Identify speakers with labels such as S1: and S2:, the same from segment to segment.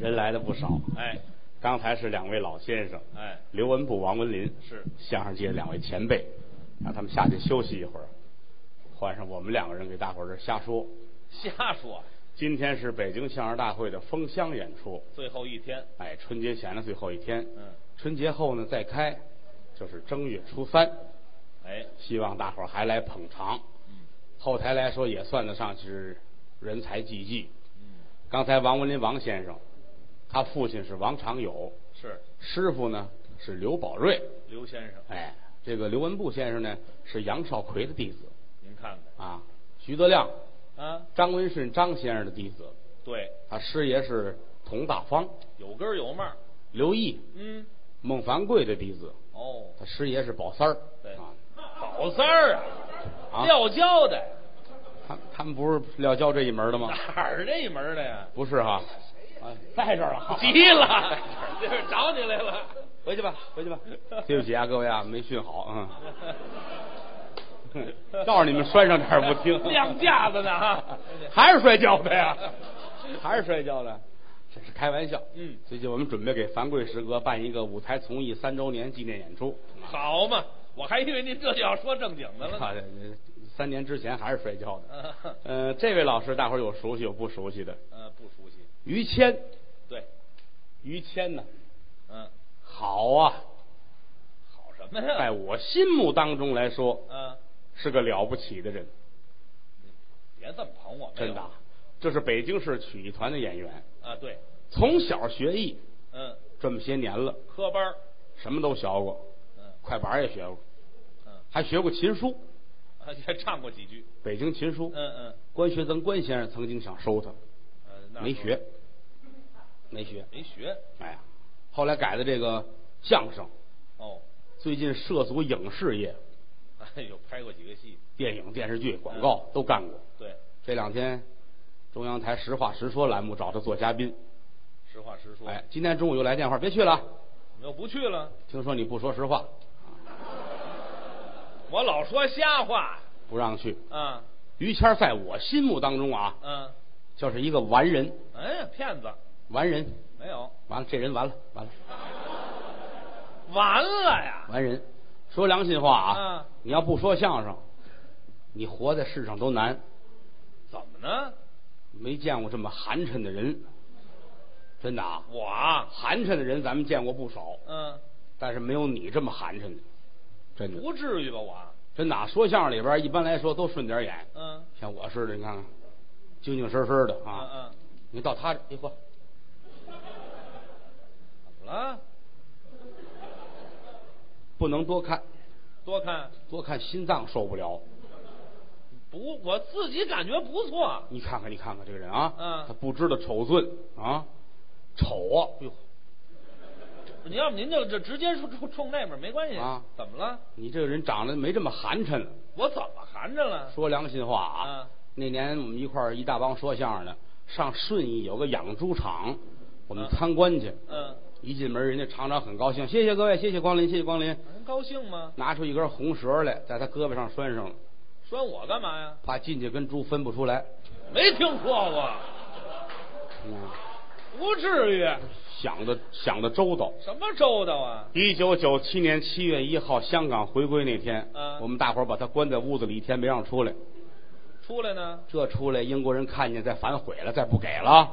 S1: 人来的不少。
S2: 哎
S1: 刚才是两位老先生，
S2: 哎，
S1: 刘文步、王文林
S2: 是嗯
S1: 相声界两位前辈，让他们下去休息一会儿，换上我们两个人给大伙儿这瞎说。
S2: 瞎说，
S1: 今天是北京相声大会的封箱演出，
S2: 最后一天，
S1: 哎，春节前的最后一天，
S2: 嗯，
S1: 春节后呢再开，就是正月初三，
S2: 哎，
S1: 希望大伙儿还来捧场。
S2: 嗯
S1: 后台来说也算得上是人才济济。
S2: 嗯，
S1: 刚才王文林王先生，他父亲是王长友，
S2: 是
S1: 师傅呢是刘宝瑞，
S2: 刘先生，
S1: 哎，这个刘文步先生呢是杨少奎的弟子
S2: 您看
S1: 啊，徐德亮、
S2: 看啊，
S1: 张文顺张先生的弟子，
S2: 对，
S1: 他师爷是佟大方、
S2: 有根儿有脉儿，
S1: 刘毅、
S2: 嗯，
S1: 孟凡贵的弟子，
S2: 哦，
S1: 他师爷是宝三儿
S2: 对
S1: 啊，
S2: 宝三儿啊，
S1: 啊
S2: 撂跤的，
S1: 他他们不是撂跤这一门的吗？
S2: 哪儿这一门儿的呀？
S1: 不是哈，哎，在这儿啊，
S2: 急 了，这是找你来了，，
S1: 回去吧，回去吧。对不起啊，各位啊，没训好，嗯， 告诉你们摔上点儿不听
S2: 亮架子呢啊，
S1: 还是摔跤的呀，还是摔跤的，这是开玩笑。
S2: 嗯
S1: 最近我们准备给樊贵师哥办一个舞台综艺三周年纪念演出，
S2: 好嘛，我还以为您这就要说正经的了
S1: 啊
S2: 呢。
S1: 这这三年之前还是摔跤的。
S2: 嗯
S1: 呃，这位老师大伙儿有熟悉有不熟悉的，
S2: 呃，不熟悉，
S1: 于谦，
S2: 对，
S1: 于谦呢，
S2: 嗯，
S1: 好 啊，
S2: 好什么
S1: 在
S2: 呀？
S1: 哎我心目当中来说
S2: 嗯，
S1: 是个了不起的人。
S2: 别这么捧我，没有
S1: 真的啊，这是北京市曲艺团的演员，
S2: 啊，对，
S1: 从小学艺
S2: 嗯，
S1: 这么些年了，
S2: 科班儿，
S1: 什么都学过，
S2: 嗯
S1: 快板也学过，
S2: 嗯，
S1: 还学过琴书，
S2: 啊 也唱过几句，
S1: 北京琴书
S2: 嗯。嗯，
S1: 关学增关先生曾经想收他，
S2: 呃，那
S1: 没
S2: 时候
S1: 学，没学。
S2: 没学，
S1: 哎呀，后来改的这个相声，
S2: 哦，
S1: 最近涉足影视业，
S2: 哎呦，拍过几个戏，
S1: 电影、电视剧、广告
S2: 嗯
S1: 都干过。
S2: 对，
S1: 这两天，中央台《实话实说》栏目找他做嘉宾。
S2: 实话实说，
S1: 哎，今天中午又来电话，别去了啊，
S2: 你又不去了，
S1: 听说你不说实话，
S2: 我老说瞎话
S1: 不让去。
S2: 啊，
S1: 于谦儿在我心目当中啊，
S2: 嗯，
S1: 就是一个完人，
S2: 哎呀，骗子，
S1: 完人，
S2: 没有，
S1: 完了，这人完了，完了，
S2: 完了呀，
S1: 完人。说良心话啊
S2: 嗯，
S1: 你要不说相声，你活在世上都难，
S2: 怎么呢？
S1: 没见过这么寒碜的人，真的啊，
S2: 我啊，
S1: 寒碜的人咱们见过不少，
S2: 嗯，
S1: 但是没有你这么寒碜的，真的，
S2: 不至于吧，我啊，
S1: 真的啊。说相声里边一般来说都顺点眼，
S2: 嗯，
S1: 像我似的，你看看，精精神神的
S2: 嗯
S1: 啊。
S2: 嗯，
S1: 你到他这，哎嚯，
S2: 怎么了？
S1: 不能多看，
S2: 多看，
S1: 多看心脏受不了。
S2: 不，我自己感觉不错，
S1: 你看看，你看看这个人啊，
S2: 嗯
S1: 他不知道丑寸啊，丑啊，哎呦，
S2: 你要不您就这直接冲冲冲那边没关系
S1: 啊
S2: 怎么了？
S1: 你这个人长得没这么寒碜了。
S2: 我怎么含着了？
S1: 说良心话啊，
S2: 嗯
S1: 那年我们一块儿一大帮说相声的，上顺义有个养猪场，我们
S2: 嗯
S1: 参观去。
S2: 嗯，
S1: 一进门，人家厂长很高兴，谢谢各位，谢谢光临，谢谢光临，
S2: 您高兴吗？
S1: 拿出一根红绳来，在他胳膊上拴上了，
S2: 拴我干嘛呀？
S1: 怕进去跟猪分不出来。
S2: 没听说过，
S1: 嗯，
S2: 不至于，
S1: 想的想的周到。
S2: 什么周到啊？
S1: 一九九七年七月一号，香港回归那天，
S2: 嗯
S1: 我们大伙儿把他关在屋子里一天，没让出来。
S2: 出来呢？
S1: 这出来，英国人看见再反悔了，再不给了，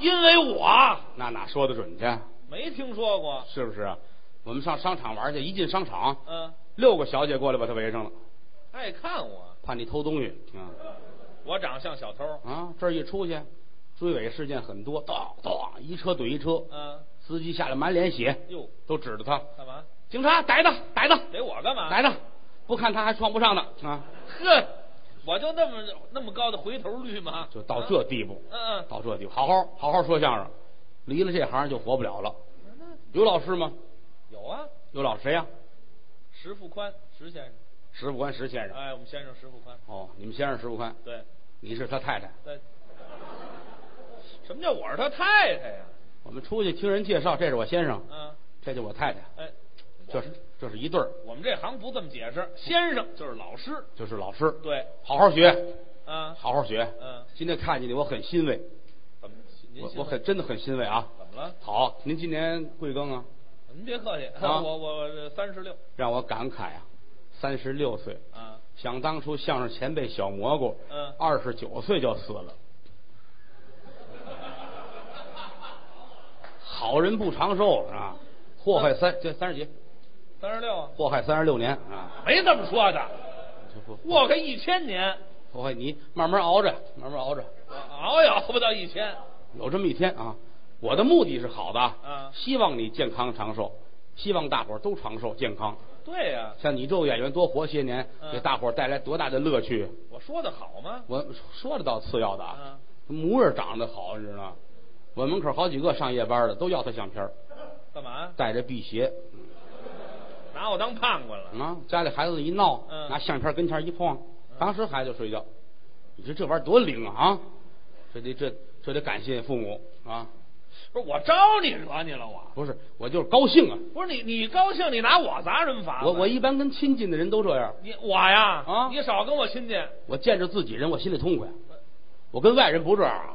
S2: 因为我
S1: 那哪说得准去？
S2: 没听说过。
S1: 是不是啊？我们上商场玩去，一进商场，
S2: 嗯，
S1: 六个小姐过来把他围上了，
S2: 爱看我，
S1: 怕你偷东西啊
S2: 我长相小偷。
S1: 啊！这儿一出去，追尾事件很多，当当，一车怼一车，
S2: 嗯，
S1: 司机下来满脸血，
S2: 哟，
S1: 都指着他，
S2: 干嘛？
S1: 警察逮他，逮他，
S2: 逮我干嘛？
S1: 逮他，不看他还撞不上呢啊！
S2: 呵，我就那么那么高的回头率吗？
S1: 就到这地步，
S2: 嗯，嗯
S1: 到这地步，好好好好说相声，离了这行就活不了了。
S2: 嗯，那
S1: 有老师吗？
S2: 有啊，
S1: 有老师谁呀、
S2: 石富宽，石先生，
S1: 石富宽石先生。
S2: 哎，我们先生石富宽，
S1: 哦，你们先生石富宽，
S2: 对，
S1: 你是他太太。
S2: 对。什么叫我是他太太呀？
S1: 我们出去听人介绍，这是我先生，
S2: 嗯，
S1: 这就我太太，
S2: 哎，
S1: 这是这是一对儿，
S2: 我们这行不这么解释，先生就是老师，
S1: 这是老师。
S2: 对，
S1: 好好学，
S2: 啊，
S1: 好好学。
S2: 嗯
S1: 今天看见你，我很欣慰。
S2: 怎么您
S1: 我
S2: 欣慰
S1: 我很真的很欣慰啊。
S2: 怎么了
S1: 好，您今年贵庚啊？
S2: 您别客气，
S1: 啊
S2: 我我三十六
S1: 让我感慨啊，三十六岁。
S2: 啊，
S1: 想当初相声前辈小蘑菇，
S2: 嗯
S1: 二十九岁就死了。好人不长寿啊，祸害三这三十几，
S2: 三十六啊，
S1: 祸害三十六年啊，
S2: 没这么说的，
S1: 这不
S2: 我个一千年，
S1: 祸害你慢慢熬着，慢慢熬着，
S2: 我熬也熬不到一千，
S1: 有这么一天啊。我的目的是好的，
S2: 嗯
S1: 希望你健康长寿，希望大伙儿都长寿健康。
S2: 对呀、
S1: 像你这个演员多活些年，
S2: 嗯
S1: 给大伙儿带来多大的乐趣！啊
S2: 我说的好吗？
S1: 我说的倒次要的啊，模样长得好，你知道吗？我门口好几个上夜班的都要他相片儿
S2: 干嘛？
S1: 带着辟邪
S2: 拿我当判官了？
S1: 啊，家里孩子一闹，
S2: 嗯
S1: 拿相片跟前一碰，当时孩子就睡觉。你说这玩意儿多灵啊！啊这得这这得感谢父母啊！
S2: 不是我招你惹你了我？
S1: 不是，我就是高兴啊！
S2: 不是你你高兴你拿我砸人法子？
S1: 我我一般跟亲近的人都这样，
S2: 你我呀
S1: 啊
S2: 你少跟我亲近，
S1: 我见着自己人我心里痛快。我跟外人不这样啊，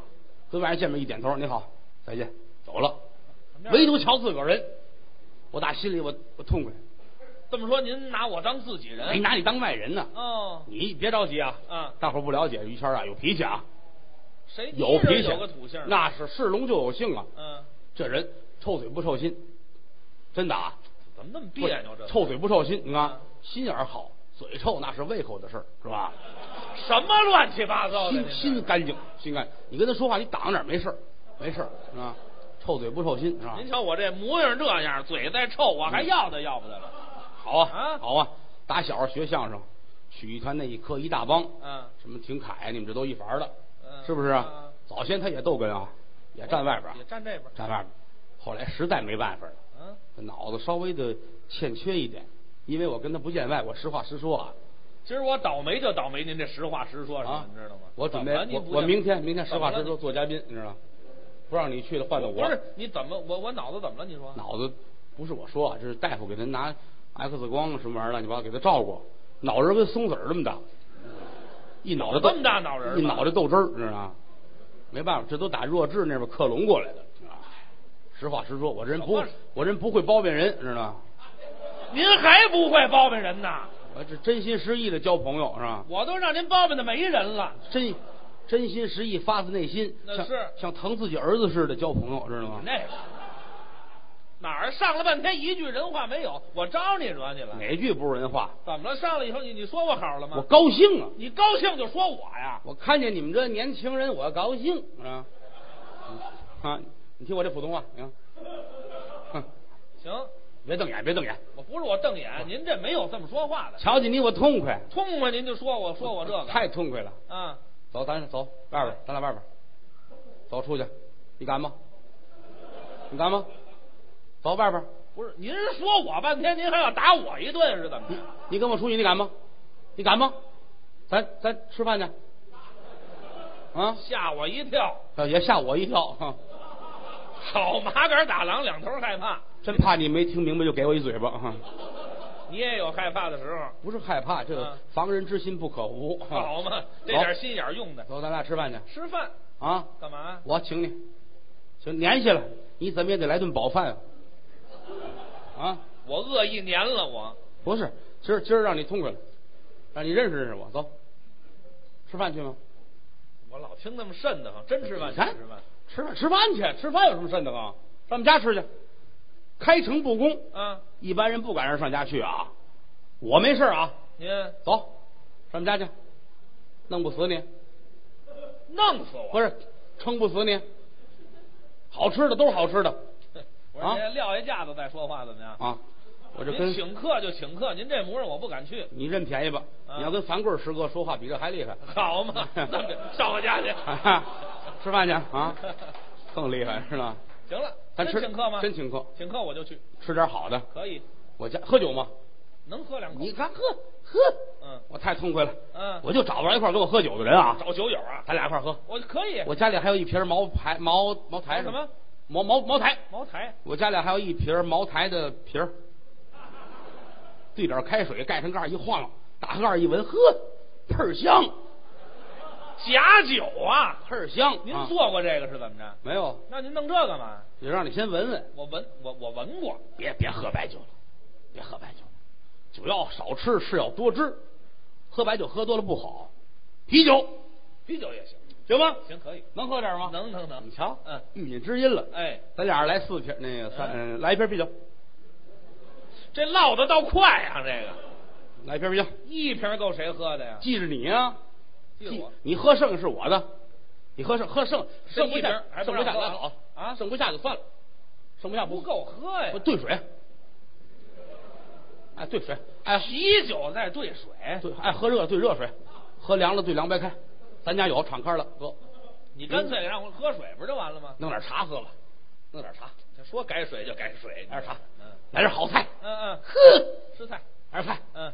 S1: 跟外人见面一点头，你好，再见，走了。唯独瞧自个儿人，我打心里我我痛快。
S2: 这么说您拿我当自己人？
S1: 没哎拿你当外人呢。
S2: 哦，
S1: 你别着急啊，
S2: 啊
S1: 大伙儿不了解于谦啊，有脾气啊，
S2: 谁
S1: 有
S2: 一人
S1: 脾气，啊
S2: 有个土性儿？
S1: 那是是龙就有性啊。
S2: 嗯，
S1: 这人臭嘴不臭心，真的啊，
S2: 怎么那么别扭这？
S1: 臭嘴不臭心，你看
S2: 嗯
S1: 心眼儿好，嘴臭那是胃口的事儿，是吧？
S2: 什么乱七八糟的？
S1: 心心干净，心干净。你跟他说话，你挡着点儿没事儿，没事儿啊。臭嘴不臭心是吧？
S2: 您瞧我这模样这样，嘴再臭，我还要得要不得了。
S1: 嗯好啊，
S2: 啊
S1: 好啊，打小学相声，曲艺团那一科一大帮，
S2: 嗯
S1: 什么挺凯，你们这都一盘儿的，
S2: 嗯
S1: 是不是
S2: 嗯哦
S1: 啊？早先他也逗哏啊，也站外边儿
S2: 也
S1: 啊，
S2: 站这边。
S1: 站外边儿。后来实在没办法了，
S2: 嗯，
S1: 脑子稍微的欠缺一点，因为我跟他不见外，我实话实说啊。
S2: 今儿我倒霉就倒霉，您这实话实说什
S1: 啊
S2: 么，，你知道吗？
S1: 我准备
S2: 怎么了你
S1: 我
S2: 不
S1: 我
S2: 见
S1: 明天明天实话
S2: 怎
S1: 实
S2: 么了
S1: 说
S2: 你
S1: 做嘉宾，你知道吗？不让你去了，换的
S2: 不是你怎么我我脑子怎么了？你说
S1: 脑子不是我说，啊，这是大夫给他拿 X 光什么玩意儿乱七八糟给他照过，脑仁跟松子儿这么大，一脑袋
S2: 这么大脑仁儿吗
S1: 一脑袋豆汁儿，知道吗？没办法，这都打弱智那边克隆过来的。啊实话实说，我这人不
S2: 什么，
S1: 我这人不会包贬人，知道吗？
S2: 您还不会包庇人呐？
S1: 我这真心实意的交朋友，是吧？
S2: 我都让您包庇的没人了，
S1: 真真心实意，发自内心，
S2: 那
S1: 像
S2: 是
S1: 像疼自己儿子似的交朋友，知道吗？
S2: 那是哪儿上了半天一句人话没有？我招你惹你了？
S1: 哪句不是人话？
S2: 怎么了？上来以后你你说我好了吗？
S1: 我高兴啊！
S2: 你高兴就说我呀，
S1: 我看见你们这年轻人，我高兴啊！啊，你听我这普通话，你看，哼，
S2: 行，
S1: 别瞪眼，别瞪眼，
S2: 我不是我瞪眼，您这没有这么说话的。
S1: 瞧见你我痛快，
S2: 痛快您就说我说我这个
S1: 太痛快了。
S2: 啊，
S1: 走，咱走外边，咱俩外边走出去，你敢吗？你敢吗？走外边，
S2: 不是您说我半天，您还要打我一顿是怎么
S1: 你
S2: 着？
S1: 你跟我出去，你敢吗？你敢吗？咱咱吃饭去，啊！
S2: 吓我一跳，
S1: 也吓我一跳，哼
S2: 手麻杆打狼，两头害怕。
S1: 真怕你没听明白就给我一嘴巴，哈！
S2: 你也有害怕的时候，
S1: 不是害怕，这个
S2: 嗯
S1: 防人之心不可无。哈
S2: 好嘛， 这点心眼儿用的。
S1: 走，咱俩吃饭去
S2: 吃饭
S1: 啊！
S2: 干嘛？
S1: 我请你，行，年下了，你怎么也得来顿饱饭啊！啊，
S2: 我饿一年了，我
S1: 不是，今儿今儿让你痛快了，让你认识认识我。走，吃饭去吗？
S2: 我老听那么瘆得慌，真吃饭
S1: 你
S2: 去
S1: 看
S2: 吃饭。
S1: 吃饭吃饭去，吃饭有什么瘆得慌？上我们家吃去，开诚布公，
S2: 啊，
S1: 一般人不敢让上家去啊。我没事啊，
S2: 您
S1: 走，上我们家去，弄不死你，
S2: 弄死我！
S1: 不，是撑不死你，好吃的都是好吃的
S2: 我
S1: 啊
S2: 说您撂下架子再说话怎么样？
S1: 啊。我这
S2: 您
S1: 跟
S2: 请客就请客，您这模样我不敢 去，
S1: 你认便宜吧。
S2: 啊
S1: 你要跟樊贵师哥说话，比这还厉害。
S2: 好 嘛？那么上我家去
S1: 吃饭去 啊，更厉害是吧？
S2: 行了，
S1: 咱吃
S2: 真请客吗？
S1: 真请客，
S2: 请客我就去，
S1: 吃点好的。
S2: 可以，
S1: 我家喝酒吗？
S2: 能喝两口。
S1: 你看，喝喝，
S2: 嗯
S1: 我太痛快了。
S2: 嗯，
S1: 我就找不着一块跟我喝酒的人啊，
S2: 找酒友啊，
S1: 咱俩一块喝。
S2: 我可以。
S1: 我家里还有一瓶茅台茅茅台
S2: 什么？
S1: 茅茅茅台。
S2: 茅台，
S1: 我家里还有一瓶茅台的瓶儿，兑点开水，盖上盖儿一晃，打开盖儿一闻，呵，倍儿香。
S2: 假酒啊！
S1: 倍儿香。
S2: 您
S1: 啊
S2: 做过这个是怎么着？
S1: 没有？
S2: 那您弄这干嘛？
S1: 也让你先闻闻。
S2: 我闻，我我闻过，
S1: 别别喝白酒了，别喝白酒了，酒要少吃，事要多知。喝白酒喝多了不好，啤酒
S2: 啤酒也行，
S1: 行吗？
S2: 行可以，
S1: 能喝点吗？
S2: 能能能
S1: 你瞧，
S2: 嗯
S1: 玉饮知音了。
S2: 哎
S1: 咱俩人来四瓶，那个三，嗯，来一瓶啤酒，
S2: 这落的倒快啊，这个
S1: 来一瓶啤酒，
S2: 一瓶够谁喝的呀？
S1: 记着你啊，
S2: 记我
S1: 你喝剩是我的，你喝剩喝剩
S2: 这
S1: 剩不
S2: 一
S1: 下
S2: 瓶还不
S1: 剩不下
S2: 让喝
S1: 拉倒
S2: 啊
S1: 剩不下就算了，剩不下
S2: 不
S1: 不
S2: 够喝呀
S1: 我！兑水，哎兑水，哎
S2: 啤酒再兑水，
S1: 对，哎爱喝热兑热水，喝凉了兑凉白开。咱家有敞开了，哥，嗯
S2: 你干脆让我喝水不就完了吗？
S1: 弄点茶喝吧，弄点茶，
S2: 说改水就改水，
S1: 来点茶，
S2: 嗯
S1: 来点好菜，
S2: 嗯嗯，
S1: 呵，
S2: 吃菜，
S1: 来点菜，
S2: 嗯，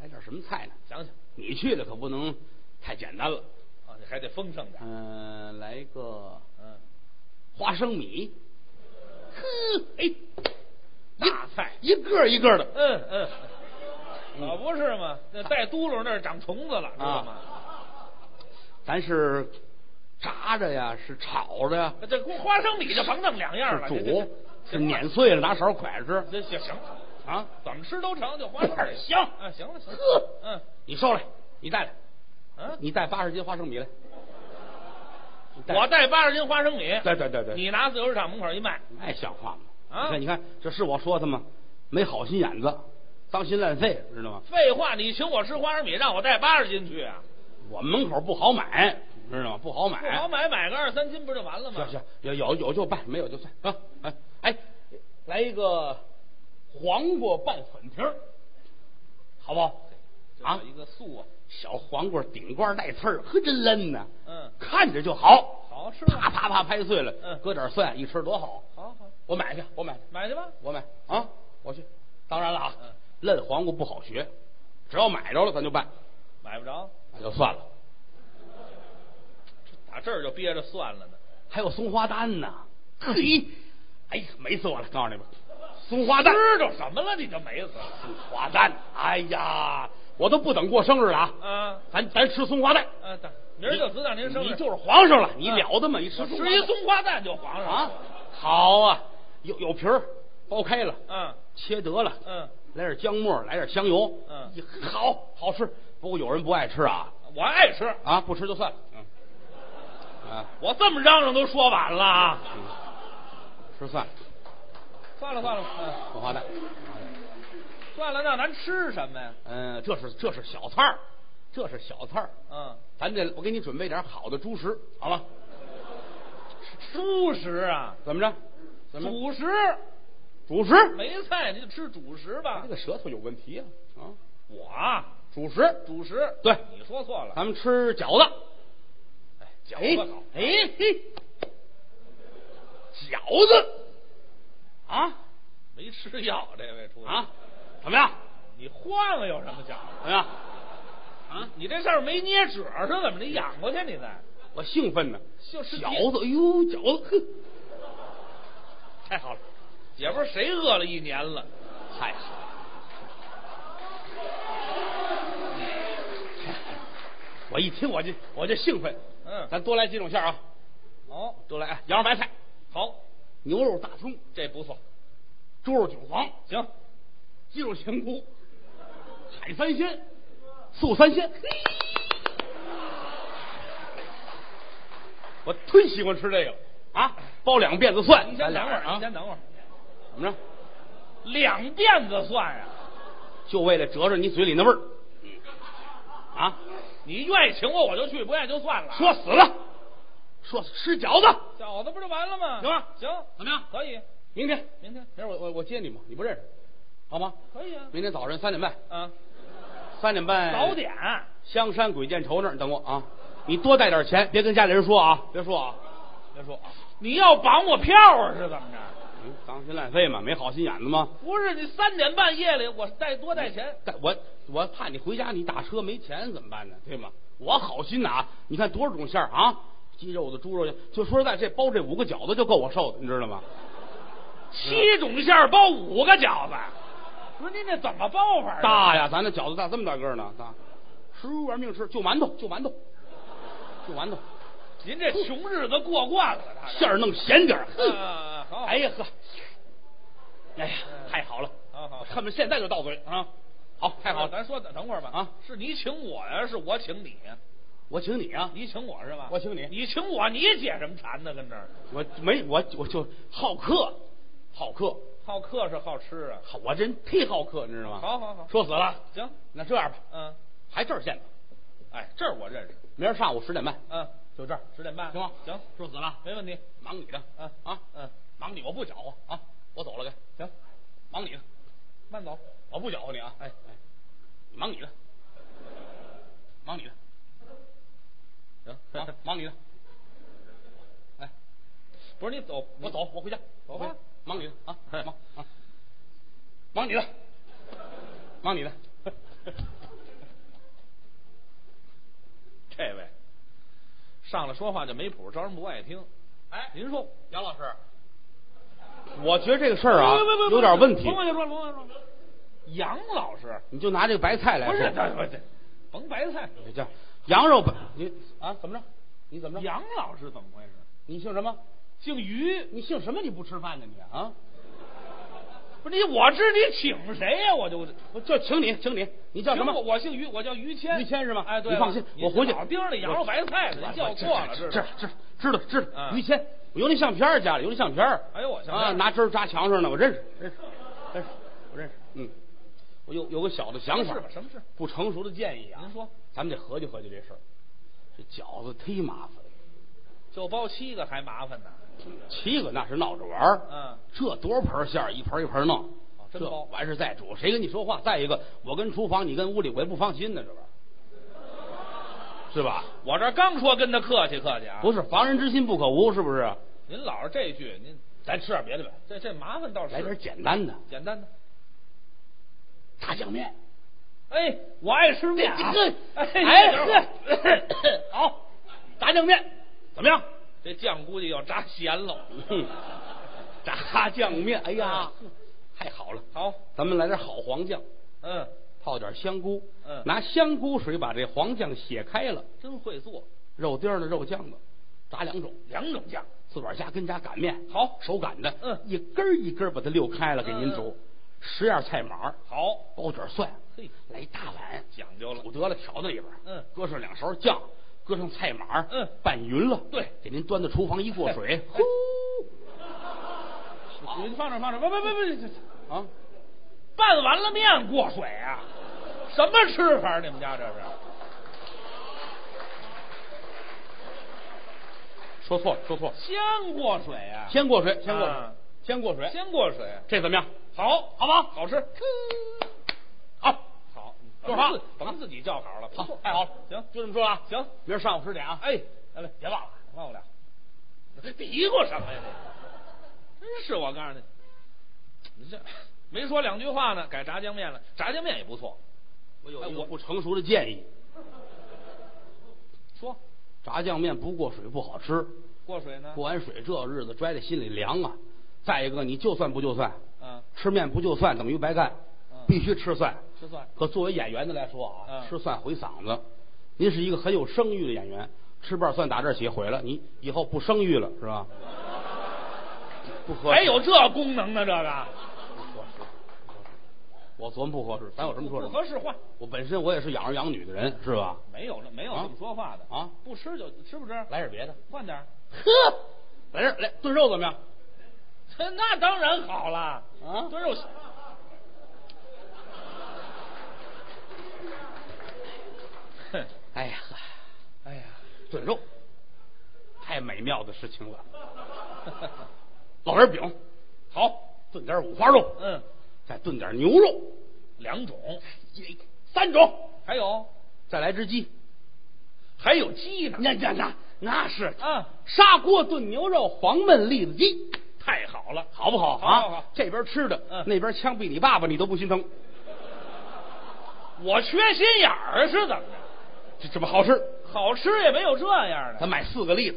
S1: 来点什么菜呢？
S2: 想想
S1: 你去了可不能太简单了，
S2: 啊，你还得丰盛点，
S1: 嗯、
S2: 呃
S1: 来个
S2: 嗯，
S1: 花生米，呵，哎，呃
S2: 大菜，
S1: 一个一个的，
S2: 嗯嗯，
S1: 嗯
S2: 可不是嘛，那带嘟噜那儿长虫子了，知道吗？
S1: 啊咱是炸着呀，是炒着呀，
S2: 那这光花生米就甭弄两样了，
S1: 是
S2: 这
S1: 煮，是
S2: 这
S1: 碾碎了拿勺蒯着吃
S2: 这行行，
S1: 啊。
S2: 怎么吃都成，就花生米
S1: 香
S2: 啊，行了行了，
S1: 呵
S2: 嗯
S1: 你收来，你带来，
S2: 嗯，
S1: 你带八十斤花生米来。你
S2: 我带八十斤花生米，
S1: 对对对对
S2: 你拿自由市场门口一卖，
S1: 爱像话吗？
S2: 啊
S1: 你看，你看，这是我说他吗？没好心眼子，脏心烂肺，知道吗？
S2: 废话，你请我吃花生米，让我带八十斤去啊？
S1: 我们门口不好买，知道吗？不好买，
S2: 不好买，买个二三斤不就完了吗？
S1: 行行，有有有就办，没有就算啊。哎哎，来一个黄瓜拌粉皮儿，好不好？啊
S2: 啊，，一个素啊，
S1: 小黄瓜顶瓜带刺儿，呵，真嫩呢。
S2: 嗯
S1: 看着就好，
S2: 好吃
S1: 啪
S2: 啊
S1: 啪啪拍碎了，
S2: 嗯
S1: 搁点蒜一吃多好。
S2: 好好
S1: 我买去，我买去，
S2: 买去吧。
S1: 我买啊，我去。当然了啊
S2: 嗯，
S1: 嫩黄瓜不好学，只要买着了咱就办，
S2: 买不着，
S1: 那就算了。
S2: 打这儿就憋着算了呢。
S1: 还有松花蛋呢，嘿，哎呀，美死我了！告诉你们，松花蛋，
S2: 知道什么了你就没死了
S1: 松花蛋，哎呀，我都不等过生日了啊，
S2: 啊
S1: 咱咱吃松花蛋，
S2: 啊！等明儿就知道您生日，
S1: 你就是皇上了，你
S2: 嗯
S1: 了得吗？你吃
S2: 我
S1: 松花
S2: 吃
S1: 蛋
S2: 一松花蛋就皇上
S1: 啊，好啊，有有皮儿，剥开了，
S2: 嗯
S1: 切得了，
S2: 嗯，
S1: 来点姜末，来点香油，
S2: 嗯
S1: 一，好，好吃。不过有人不爱吃啊，
S2: 我爱吃，
S1: 啊，不吃就算了，嗯，啊，
S2: 我这么嚷嚷都说晚了啊。
S1: 嗯吃蒜，
S2: 算了算了，
S1: 松花蛋，
S2: 嗯，算了，那咱吃什么呀？
S1: 嗯，这是这是小菜儿，这是小菜儿，
S2: 嗯，
S1: 咱这我给你准备点好的猪食，好了，
S2: 素食啊，
S1: 怎么着？怎么着
S2: 主食
S1: 主食？
S2: 没菜，你就吃主食吧
S1: 这。个舌头有问题啊啊！
S2: 我啊
S1: 主食，
S2: 主食，
S1: 对
S2: 你说错了。
S1: 咱们吃饺子，
S2: 哎，
S1: 哎
S2: 饺子好，
S1: 哎嘿，饺子啊
S2: 没吃药，这位厨师
S1: 啊，，怎么样？
S2: 你晃悠什么饺子？
S1: 怎么样？啊，
S2: 你这事儿没捏褶儿是怎么的？你养过去你再
S1: 我兴奋呢，
S2: 就是
S1: 饺子，哎呦，饺子，
S2: 太好了，姐夫谁饿了一年了？
S1: 呵，太好了！我一听我就我就兴奋，
S2: 嗯
S1: 咱多来几种馅儿啊，
S2: 哦，
S1: 多来哎羊肉白菜、
S2: 好，
S1: 牛肉大葱、
S2: 这不错，
S1: 猪肉韭黄、
S2: 行，
S1: 鸡肉前骨、海三鲜、素三鲜。嘿 我忒喜欢吃这个了啊！包两辫子蒜，
S2: 你先等会儿，
S1: 啊！
S2: 你先等会儿，
S1: 怎么着？
S2: 两辫子蒜呀、
S1: 就为了折着你嘴里那味儿啊！
S2: 你愿意请我我就去，不愿意就算了。
S1: 说死了，说吃饺子，
S2: 饺子不就完了吗？
S1: 行吧
S2: 行，啊
S1: 怎么样
S2: 可以，
S1: 明天，
S2: 明天
S1: 明儿我我我接你嘛，你不认识，好吗？
S2: 可以啊。
S1: 明天早晨三点半，
S2: 啊，
S1: 三点半
S2: 早点，
S1: 香山鬼见愁那儿等我啊！你多带点钱，别跟家里人说啊，别说啊，别说啊！
S2: 你要绑我票啊？是怎么着？
S1: 嗯，脏心烂肺嘛，没好心眼子吗？
S2: 不是，你三点半夜里我带多带钱，
S1: 但我我怕你回家你打车没钱怎么办呢？对吗？我好心呐、你看多少种馅儿啊，鸡肉的、猪肉的，就说实在，这包这五个饺子就够我受的，你知道吗？
S2: 嗯七种馅儿包五个饺子。不是您这怎么包法啊？
S1: 大呀，咱这饺子大这么大个儿呢，大，十五元命吃，就馒头，就馒头，就完头，
S2: 您这穷日子过惯了，他是
S1: 馅儿弄咸点儿。哼，
S2: 啊，好，嗯
S1: 哎呀呵，哎呀，太好了，
S2: 好好
S1: 我恨不得现在就到嘴啊！好，太好了，
S2: 咱说等等会儿吧
S1: 啊
S2: 是你请我呀，是我请你呀？
S1: 我请你啊，
S2: 你请我是吧？
S1: 我请你
S2: 你请我，你解什么馋呢？跟这儿
S1: 我没我我就好客，好客，
S2: 好客是好吃啊。
S1: 好，我这人忒好客，你知道吗？
S2: 好好好
S1: 说死了。
S2: 行，
S1: 那这样吧，
S2: 嗯，
S1: 还这儿见吧，
S2: 哎，这儿我认识，
S1: 明儿上午十点半，
S2: 嗯，
S1: 就这儿，
S2: 十点半
S1: 行吗？
S2: 行，
S1: 说死了，
S2: 没问题，
S1: 忙你的，
S2: 嗯
S1: 啊，
S2: 嗯，
S1: 忙你，我不搅和啊，我走了该，
S2: 行，
S1: 忙你的，
S2: 慢走，
S1: 我不搅和你啊，
S2: 哎
S1: 哎，忙你的，忙你的。
S2: 行
S1: 啊，忙你的。哎，
S2: 不是你走，
S1: 我走，我回家，
S2: 走
S1: 我回
S2: 吧
S1: 忙你的啊，忙 啊，忙你的，忙你的。
S2: 这位上来说话就没谱，招人不爱听。
S1: 哎
S2: 您说
S1: 杨老师，我觉得这个事儿啊有点问题
S2: 甭，往下说，甭往下说。杨老师
S1: 你就拿这个白菜来
S2: 不是，这
S1: 说，
S2: 不是，甭白菜。
S1: 你这羊肉白，你啊怎么着？你怎么着？
S2: 杨老师怎么回事？
S1: 你姓什么？
S2: 姓于，
S1: 你姓什么？你不吃饭呢你啊？
S2: 不是你，我知你请谁呀、我就
S1: 我就请你，请你，你叫什么？
S2: 行我我姓于，我叫于谦，
S1: 于谦是吗？
S2: 哎，对了，
S1: 你放心，我回去
S2: 老盯着那羊肉白菜呢，
S1: 我
S2: 你叫错了，
S1: 这
S2: 是
S1: 这
S2: 吧
S1: 这知道知道。
S2: 嗯
S1: 于谦，我有那相片儿家里有那相片儿
S2: 哎呦我相片
S1: 啊，
S2: 儿
S1: 拿针儿扎墙上呢，我认识认识认识，我认识。嗯，我有有个小的想法，
S2: 是吧？什么事？
S1: 不成熟的建议啊？
S2: 您说，
S1: 咱们得合计合计这事儿。这饺子忒麻烦了，
S2: 就包七个还麻烦呢。
S1: 七个那是闹着玩儿。
S2: 嗯，
S1: 这多少盆馅儿，一盆一盆弄，
S2: 哦真
S1: 这
S2: 包
S1: 完事再煮，谁跟你说话？再一个，我跟厨房，你跟屋里，我也不放心呢，这玩意儿， 是吧？
S2: 我这刚说跟他客气客气啊，
S1: 不
S2: 是
S1: 是防人之心不可无，是不是？
S2: 您老是这句，您
S1: 咱吃点别的呗，
S2: 这这麻烦倒是
S1: 来点简单的
S2: 简单的。
S1: 大酱面。
S2: 哎，我爱吃面啊！
S1: 哎
S2: 哎
S1: 呵，好，炸酱面怎么样？
S2: 这酱估计要炸咸喽。
S1: 哼， 炸酱面，哎 呀，太好了！
S2: 好，
S1: 咱们来点好黄酱，
S2: 嗯，
S1: 泡点香菇，
S2: 嗯
S1: 拿香菇水把这黄酱写开了，
S2: 真会做，
S1: 肉丁儿的肉酱的，炸两种，
S2: 两种酱。
S1: 自个儿家跟家擀面，
S2: 好
S1: 手擀的，
S2: 嗯
S1: 一根儿一根儿把它溜开了给您
S2: 嗯
S1: 煮，十样菜码儿，
S2: 好，
S1: 包卷蒜，
S2: 嘿
S1: 来一大碗，
S2: 讲究了
S1: 煮得了，调到里边儿，
S2: 嗯
S1: 搁上两勺酱，搁上菜码儿，
S2: 嗯
S1: 拌匀了，
S2: 对
S1: 给您端到厨房一过水，
S2: 嘿
S1: 呼，好
S2: 你哎放着放着，不不不不，
S1: 啊，
S2: 拌完了面过水啊？什么吃法儿？你们家这是？
S1: 说错了，说错了，
S2: 先过水啊？
S1: 先过水，先过水，
S2: 啊
S1: 先过水，
S2: 先过水，
S1: 这怎么样？
S2: 好，
S1: 好不好
S2: 好吃，
S1: 好，
S2: 好，
S1: 说啥
S2: 甭自甭自己叫好了，不
S1: 好哎
S2: 错，
S1: 太好了，
S2: 行，
S1: 就这么说啊，
S2: 行
S1: 明儿上午十点啊，
S2: 哎，来来，
S1: 别忘了，
S2: 忘不了，嘀咕什么呀？这真是我告诉你，你这没说两句话呢，改炸酱面了，炸酱面也不错。
S1: 我有
S2: 哎
S1: 一个
S2: 我
S1: 不成熟的建议，
S2: 说
S1: 炸酱面不过水不好吃，
S2: 过水呢？
S1: 过完水这日子拽在心里凉啊。再一个，你就算不就算，
S2: 嗯
S1: 吃面不就蒜等于白干
S2: 嗯，
S1: 必须吃蒜。
S2: 吃蒜
S1: 可作为演员的来说啊，
S2: 嗯
S1: 吃蒜毁嗓子。您是一个很有声誉的演员，吃瓣蒜打这儿起毁了，你以后不声誉了是吧？不合适，
S2: 还有哎这功能呢？这个
S1: 不合适，不合适我琢磨不合适，咱有什么说什
S2: 不
S1: 么。
S2: 合适换，
S1: 我本身我也是养儿养女的人，是吧？
S2: 没有了，没有
S1: 啊
S2: 这么说话的
S1: 啊
S2: 不吃就吃不吃，
S1: 来点别的，
S2: 换点儿。
S1: 呵，来这儿来炖肉怎么样？
S2: 那当然好了啊
S1: 啊
S2: 炖肉。哼，
S1: 哎呀，
S2: 哎呀，
S1: 炖肉，太美妙的事情了。老人饼，好，炖点五花肉，
S2: 嗯，
S1: 再炖点牛肉，
S2: 两种，
S1: 一三种，
S2: 还有
S1: 再来只鸡。
S2: 还有鸡呢，
S1: 那那那那是
S2: 啊
S1: 砂锅炖牛肉，黄焖栗子鸡，
S2: 太好了，
S1: 好不好
S2: 好好
S1: 啊
S2: 好？
S1: 这边吃的
S2: 嗯，
S1: 那边枪毙你爸爸，你都不心疼，
S2: 我缺心眼儿是怎么着？
S1: 这怎么好吃？
S2: 好吃也没有这样
S1: 咱
S2: 的，
S1: 买四个栗子，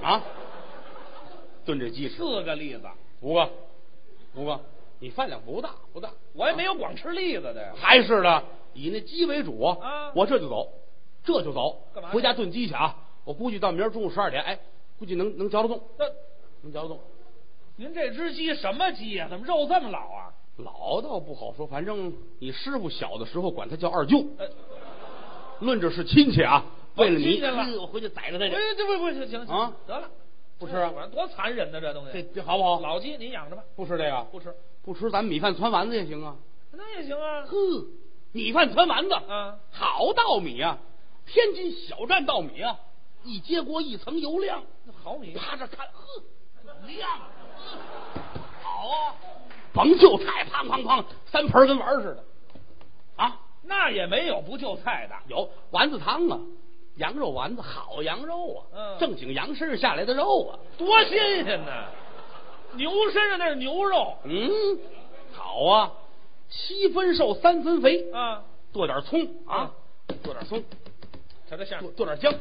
S1: 啊，炖这鸡吃
S2: 四个栗子，
S1: 五个，五个，你饭量不大不大，啊
S2: 我也没有光吃栗子的呀。
S1: 还是呢，以那鸡为主
S2: 啊
S1: 我这就走，这就走，
S2: 干嘛去
S1: 回家炖鸡去啊！我估计到明儿中午十二点，哎，估计能能嚼得动，
S2: 那
S1: 能嚼得动。
S2: 您这只鸡什么鸡呀、怎么肉这么老啊？
S1: 老倒不好说，反正你师傅小的时候管他叫二舅，
S2: 呃，
S1: 论着是亲戚啊。为了
S2: 哦亲
S1: 你，
S2: 戚了
S1: 哎我回去宰了他
S2: 哎，
S1: 去。
S2: 这不不行行行
S1: 啊
S2: 得了，
S1: 不吃啊
S2: 这玩意儿多残忍呢，这东西。
S1: 这这好不好？
S2: 老鸡你养着吧，
S1: 不吃这个，
S2: 不吃，
S1: 不吃，咱米饭汆丸子也行啊。
S2: 那也行啊。
S1: 呵，米饭汆丸子，
S2: 啊
S1: 好稻米啊，天津小站稻米啊，一揭锅一层油亮，
S2: 那好米，
S1: 趴着看，呵，亮，呵好啊，甭就菜，砰砰砰，三盆儿跟玩儿似的，啊，
S2: 那也没有不就菜的。
S1: 有丸子汤啊，羊肉丸子，好羊肉啊，
S2: 嗯
S1: 正经羊身上下来的肉啊，
S2: 多新鲜呐！牛身上那是牛肉
S1: 嗯，好啊，七分瘦三分肥，
S2: 啊，
S1: 剁点葱啊，剁点葱，
S2: 瞧这馅儿
S1: 剁，剁点姜，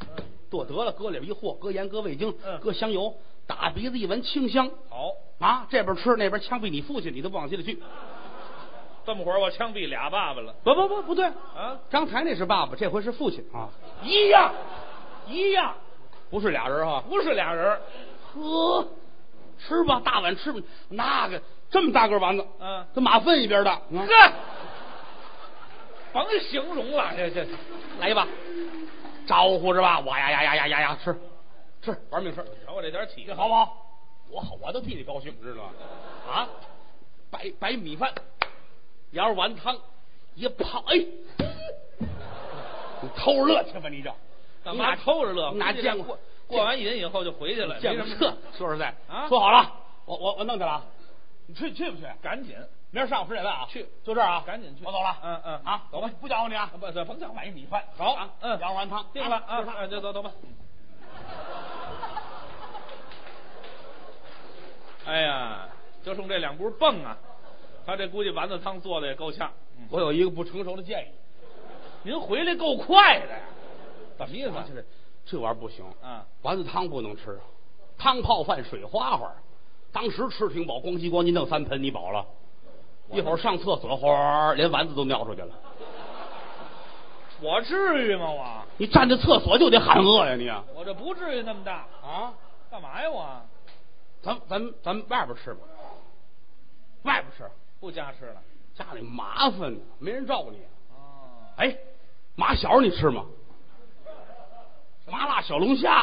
S2: 嗯
S1: 剁得了，搁里边一和，搁盐，搁味精，
S2: 嗯
S1: 搁香油，打鼻子一闻清香
S2: 好，
S1: 啊！这边吃，那边枪毙你父亲，你都不往心里去。
S2: 这么会儿我枪毙俩爸爸了
S1: 不不不，不对，
S2: 啊，
S1: 刚才那是爸爸，这回是父亲啊，
S2: 一样，一样，
S1: 不是俩人啊。
S2: 不是俩人儿
S1: 呵，吃吧，大碗吃吧，那个这么大个丸子，
S2: 嗯
S1: 跟马粪一边大。啊
S2: 呵，甭形容了，这这
S1: 来吧，招呼着吧，哇呀呀呀呀呀呀，吃，吃，玩命吃，
S2: 瞧我这点体
S1: 好
S2: 好
S1: 不好？我好，我都替你高兴，知道吗？啊，白白米饭，羊肉丸子汤，一泡，哎，你偷着乐去吧，你就
S2: 干嘛偷着乐？
S1: 你哪
S2: 估计这
S1: 见过
S2: 过过完瘾以后就回去了，
S1: 见
S2: 没
S1: 过
S2: 什么
S1: 这？说实在，
S2: 啊
S1: 说好了，我我我弄去了啊，你去去不去？
S2: 赶紧
S1: 明儿上午十点半啊，
S2: 去
S1: 就这儿啊，
S2: 赶紧去，
S1: 我走了，
S2: 嗯嗯
S1: 啊，
S2: 走吧，嗯
S1: 不搅和你啊，
S2: 不这甭想买米饭，
S1: 好
S2: 啊
S1: 啊，，
S2: 嗯，
S1: 羊肉丸汤
S2: 定了
S1: 啊吃
S2: 啊，
S1: 饭
S2: 哎就 走走吧。哎呀，就冲这两步蹦啊，他这估计丸子汤做的也够呛。嗯
S1: 我有一个不成熟的建议，
S2: 您回来够 快的呀，怎么意思
S1: 啊
S2: 啊？
S1: 这这玩意儿不行
S2: 啊，
S1: 丸子汤不能吃啊，汤泡饭水花花，当时吃挺饱，咣叽咣叽弄三盆，你饱了。一会儿上厕所，哗儿，连丸子都尿出去了。
S2: 我至于吗？我
S1: 你站在厕所就得喊饿呀，你啊！
S2: 我这不至于那么大，干嘛呀？我
S1: 咱咱咱外边吃吧，外边吃，
S2: 不加吃了。
S1: 家里麻烦呢，没人照顾你。
S2: 哦，
S1: 哎，麻小你吃吗？麻辣小龙虾，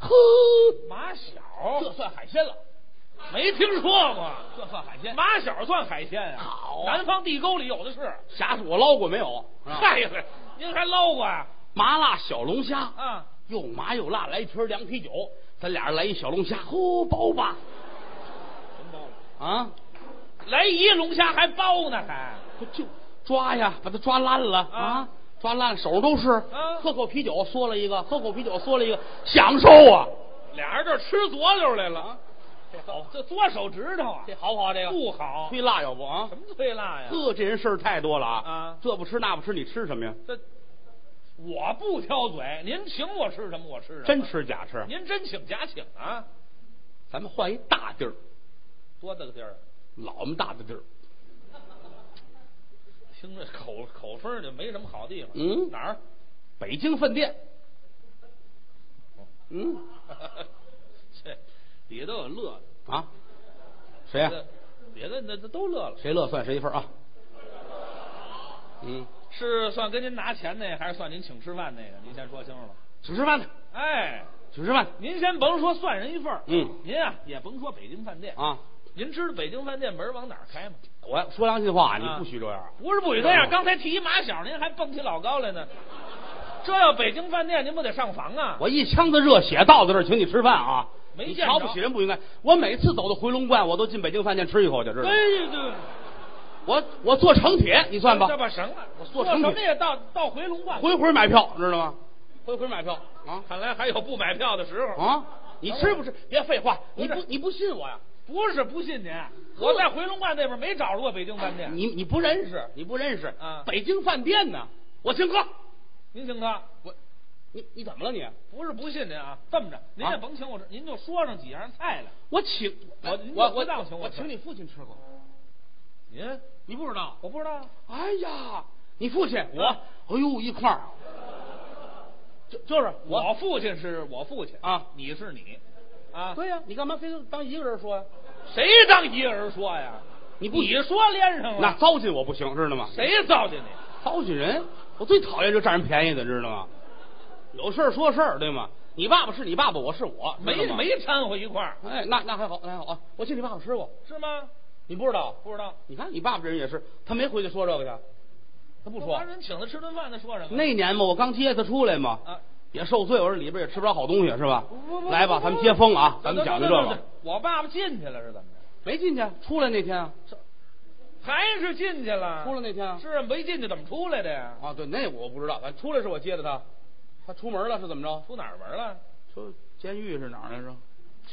S1: 呵，
S2: 马小
S1: 这算海鲜了。
S2: 没听说过，
S1: 这算海鲜
S2: 马小算海鲜啊？
S1: 好啊
S2: 南方地沟里有的是。
S1: 虾是我捞过没有？
S2: 嗨，您还捞过啊呀？
S1: 麻辣小龙虾
S2: 啊，
S1: 又麻又辣，来一瓶凉啤酒，咱俩人来一小龙虾，呼包吧
S2: 真包了。
S1: 啊！
S2: 来一龙虾还包呢，还
S1: 不就抓呀，把它抓烂了
S2: 啊
S1: 啊！抓烂了手上都是，
S2: 啊
S1: 喝口啤酒嗦了一个，喝口啤酒嗦了一个，享受啊！
S2: 俩人这吃左溜来了。啊这好，这嘬手指头啊，
S1: 这好不好？这个
S2: 不好
S1: 忒辣要不啊
S2: 什？么忒辣呀？
S1: 呵，这人事儿太多了啊！
S2: 啊
S1: 这不吃那不吃，你吃什么呀？
S2: 这我不挑嘴，您请我吃什么我吃什么，
S1: 真。吃假啊吃？
S2: 啊您真请假请啊，
S1: 咱们换一大地儿，
S2: 多大个地儿啊？
S1: 老么大的地儿，
S2: 听着口口风就没什么好地方。
S1: 嗯
S2: 哪儿？
S1: 北京饭店。
S2: 哦
S1: 嗯
S2: 这里头有乐的，
S1: 啊，谁哎呀、
S2: 别的别的那那都乐了。
S1: 谁乐算谁一份啊？嗯，
S2: 是算跟您拿钱那，还是算您请吃饭那个？您先说清楚了。
S1: 请吃饭的，
S2: 哎，
S1: 请吃饭
S2: 您先甭说算人一份儿，
S1: 嗯
S2: 您啊也甭说北京饭店
S1: 的，啊！
S2: 您知道北京饭店门往哪儿开吗？
S1: 我要说良心话，你
S2: 啊
S1: 不许这样。嗯
S2: 不是不许这样，刚才提一马小，您还蹦起老高来呢。这要北京饭店，您不得上房啊？
S1: 我一腔子热血到到这儿，请你吃饭啊！
S2: 没
S1: 你
S2: 见
S1: 瞧
S2: 着
S1: 不起人不应该。我每次走到回龙观，我都进北京饭店吃一口去，知
S2: 哎，
S1: 道吗？
S2: 对，
S1: 我我坐城铁，哎你算吧
S2: 这，把省了，
S1: 我做
S2: 做什
S1: 成品
S2: 么也到到回龙观。
S1: 回回买票，知道吗？回回买票啊
S2: 看来还有不买票的时候。
S1: 啊！你吃不吃？别废话，你
S2: 不
S1: 不
S2: 是
S1: 你不信我呀？
S2: 不是不信您，我在回龙观那边没找着过北京饭店。
S1: 你你不认识，你不认识
S2: 啊
S1: 北京饭店呢？我请客，
S2: 您请客，
S1: 我你你怎么了你？
S2: 不是不信您啊，这么着，您也
S1: 啊
S2: 甭请我吃，您就说上几样菜来。
S1: 我请
S2: 我
S1: 我
S2: 您就不让请
S1: 我
S2: 我吃
S1: 请你父亲吃过，
S2: 您
S1: 你不知道？
S2: 我不知道，
S1: 哎呀，你父亲
S2: 啊
S1: 我，哎呦一块儿，就就是
S2: 我父亲是我父亲
S1: 啊
S2: 你是你，啊，
S1: 对呀、你干嘛非得当一个人说呀、
S2: 谁当一个人说呀？
S1: 你不
S2: 你说连上了，
S1: 那糟践我不行，知道吗？
S2: 谁糟践你？
S1: 糟践人，我最讨厌就占人便宜的，知道吗？有事儿说事儿，对吗？你爸爸是你爸爸，我是我，
S2: 没
S1: 知道吗。
S2: 没掺和一块儿，
S1: 哎，那那还好，那还好啊！我请你爸爸吃过，
S2: 是吗？
S1: 你不知道？
S2: 不知道，
S1: 你看你爸爸这人也是，他没回去说这个去，他不说
S2: 帮。人请他吃顿饭，他说什么？
S1: 那年嘛，我刚接他出来嘛，
S2: 啊，
S1: 也受罪，我说里边也吃不着好东西，是吧
S2: 不不不，？
S1: 来吧，
S2: 不
S1: 咱们接风啊
S2: 不，
S1: 咱们讲究这
S2: 等等
S1: 个
S2: 等。等我爸爸进去了是怎么着？
S1: 没进去，出来那天啊，
S2: 还是进去了？
S1: 出来那天啊
S2: 是啊没进去怎么出来的呀？
S1: 啊，对，那我不知道，反正出来是我接的他，他出门了是怎么着？
S2: 出哪儿门了？
S1: 说监狱是哪儿来着？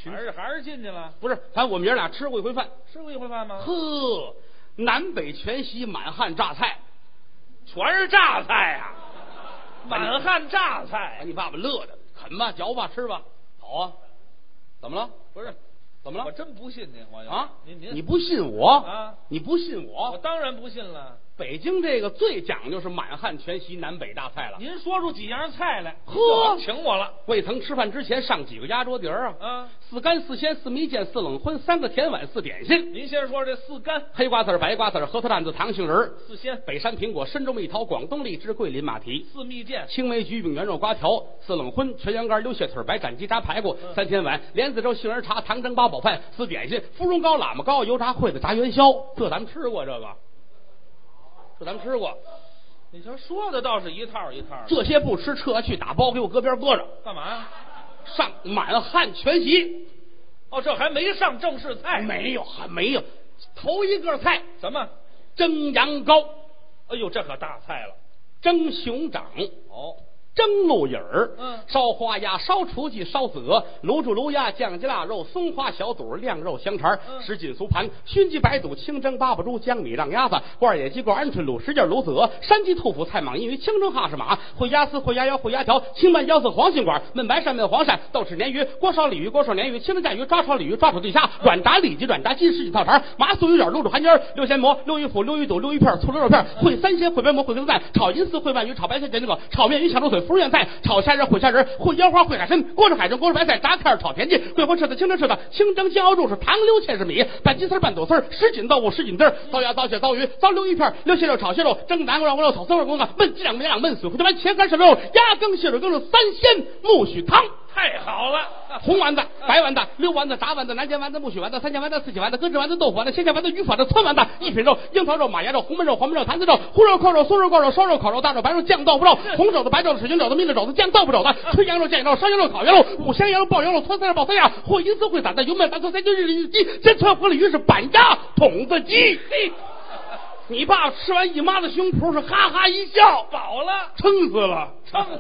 S2: 还是还是进去了？
S1: 不是，反正我们爷俩吃过一回饭，
S2: 吃过一回饭吗？
S1: 呵，南北全席满汉榨菜，
S2: 全是榨菜呀、满汉榨
S1: 把
S2: 菜。
S1: 哎你爸爸乐的，啃吧，嚼吧，吃吧，好啊，怎么了？
S2: 不是，
S1: 怎么了？
S2: 我真不信您，我
S1: 啊，
S2: 您您
S1: 你不信我
S2: 啊
S1: 你不信
S2: 我
S1: 我？
S2: 当然不信了。
S1: 北京这个最讲究是满汉全席南北大菜了。
S2: 您说出几样菜来，
S1: 呵
S2: 就请我了。
S1: 未曾吃饭之前上几个压桌碟儿啊？
S2: 啊
S1: 四干四鲜四米饯四冷荤三个甜碗四点心，
S2: 您先说这四干
S1: 黑瓜子儿白瓜子儿核桃蛋子糖杏仁儿
S2: 四鲜
S1: 北山苹果深州蜜桃广东荔枝桂林马蹄。
S2: 四蜜饯，
S1: 青梅橘饼、圆肉瓜条、四冷荤、全羊肝、溜血腿、白斩鸡、炸排骨、
S2: 嗯
S1: 三天碗、莲子粥、杏仁茶、糖蒸八宝饭、四点心、芙蓉糕、喇嘛糕、油炸烩子、炸元宵，这咱们吃过这个，这咱们吃过，
S2: 你瞧说的倒是一套一套的。
S1: 这些不吃撤下去打包给我搁边搁着，
S2: 干嘛呀？
S1: 上满汉全席。哎
S2: 哦，这还没上正式菜。
S1: 没有，还没有。头一个菜
S2: 什么？
S1: 蒸羊羔、
S2: 哎呦，这可大菜了。
S1: 蒸熊掌、
S2: 哦，
S1: 蒸鹿尾儿、
S2: 嗯
S1: 烧花鸭、烧雏鸡、烧子鹅、卤煮卤鸭、酱鸡腊肉、松花小肚、晾肉香肠、
S2: 嗯
S1: 什锦酥盘、熏鸡白肚、清蒸八宝猪、江米让鸭子、罐野鸡、罐鹌鹑、卤什件、卤子鹅、山鸡、兔脯、菜蟒、银鱼、清蒸哈士马、烩鸭丝、烩鸭腰、烩鸭条、清拌腰子、黄杏管、焖白鳝、焖黄鳝、豆豉鲶鱼、锅烧鲤鱼、锅烧鲶鱼、清蒸甲鱼、抓炒鲤鱼、抓炒对虾、软炸里脊、软炸鸡、十几套肠、麻酥鱼卷、卤煮寒尖儿、六鲜蘑、六鱼脯、六鱼肚、六鱼片儿、醋溜肉片儿、烩三鲜、烩白蘑、烩疙瘩蛋、炒银丝、烩鳗鱼、炒白虾、煎鸡狗、炒面鱼、小猪腿、福建菜、炒虾仁、烩虾仁、烩腰花、烩海参、锅烧海参、锅烧白菜、炸片、炒田鸡、桂花翅子、清蒸翅子、清蒸煎熬肉是糖溜芡是米、拌鸡丝、拌肚丝、什锦豆腐、什锦汁儿、糟鸭、糟蟹、糟鱼、糟溜鱼片儿、溜蟹肉、炒蟹肉、蒸南瓜、让瓜肉、炒酸味公干、焖鸡两焖两焖水烩丸、茄干涮肉、鸭羹、蟹水羹肉、三鲜木须汤。
S2: 太好了。
S1: 红丸子、白丸子、溜丸子、炸丸子、南煎丸子、木须丸子、三鲜丸子、四喜丸子、搁置丸子、豆腐丸子、鲜酱丸子、鱼粉子、汆丸子、一品肉、樱桃肉、马牙肉、红焖肉、黄焖肉、坛子肉、烀肉、扣肉、酥肉、扣肉、烧肉、烤肉、大肉、白肉、酱豆腐肉、红肘子、白肘子、水晶肘子、蜜了肘子、酱豆腐肘子、炊羊肉、酱羊肉、烧羊肉、烤羊肉、五香羊肉、爆羊肉、搓三肉、爆三样、或银丝烩散的油焖白菜、三鲜日日鸡、鲜川火鲤鱼是板鸭、筒子鸡。
S2: 嘿，
S1: 你爸爸吃完姨妈的胸脯是哈哈一笑，
S2: 饱了，
S1: 撑死了。
S2: 撑死了。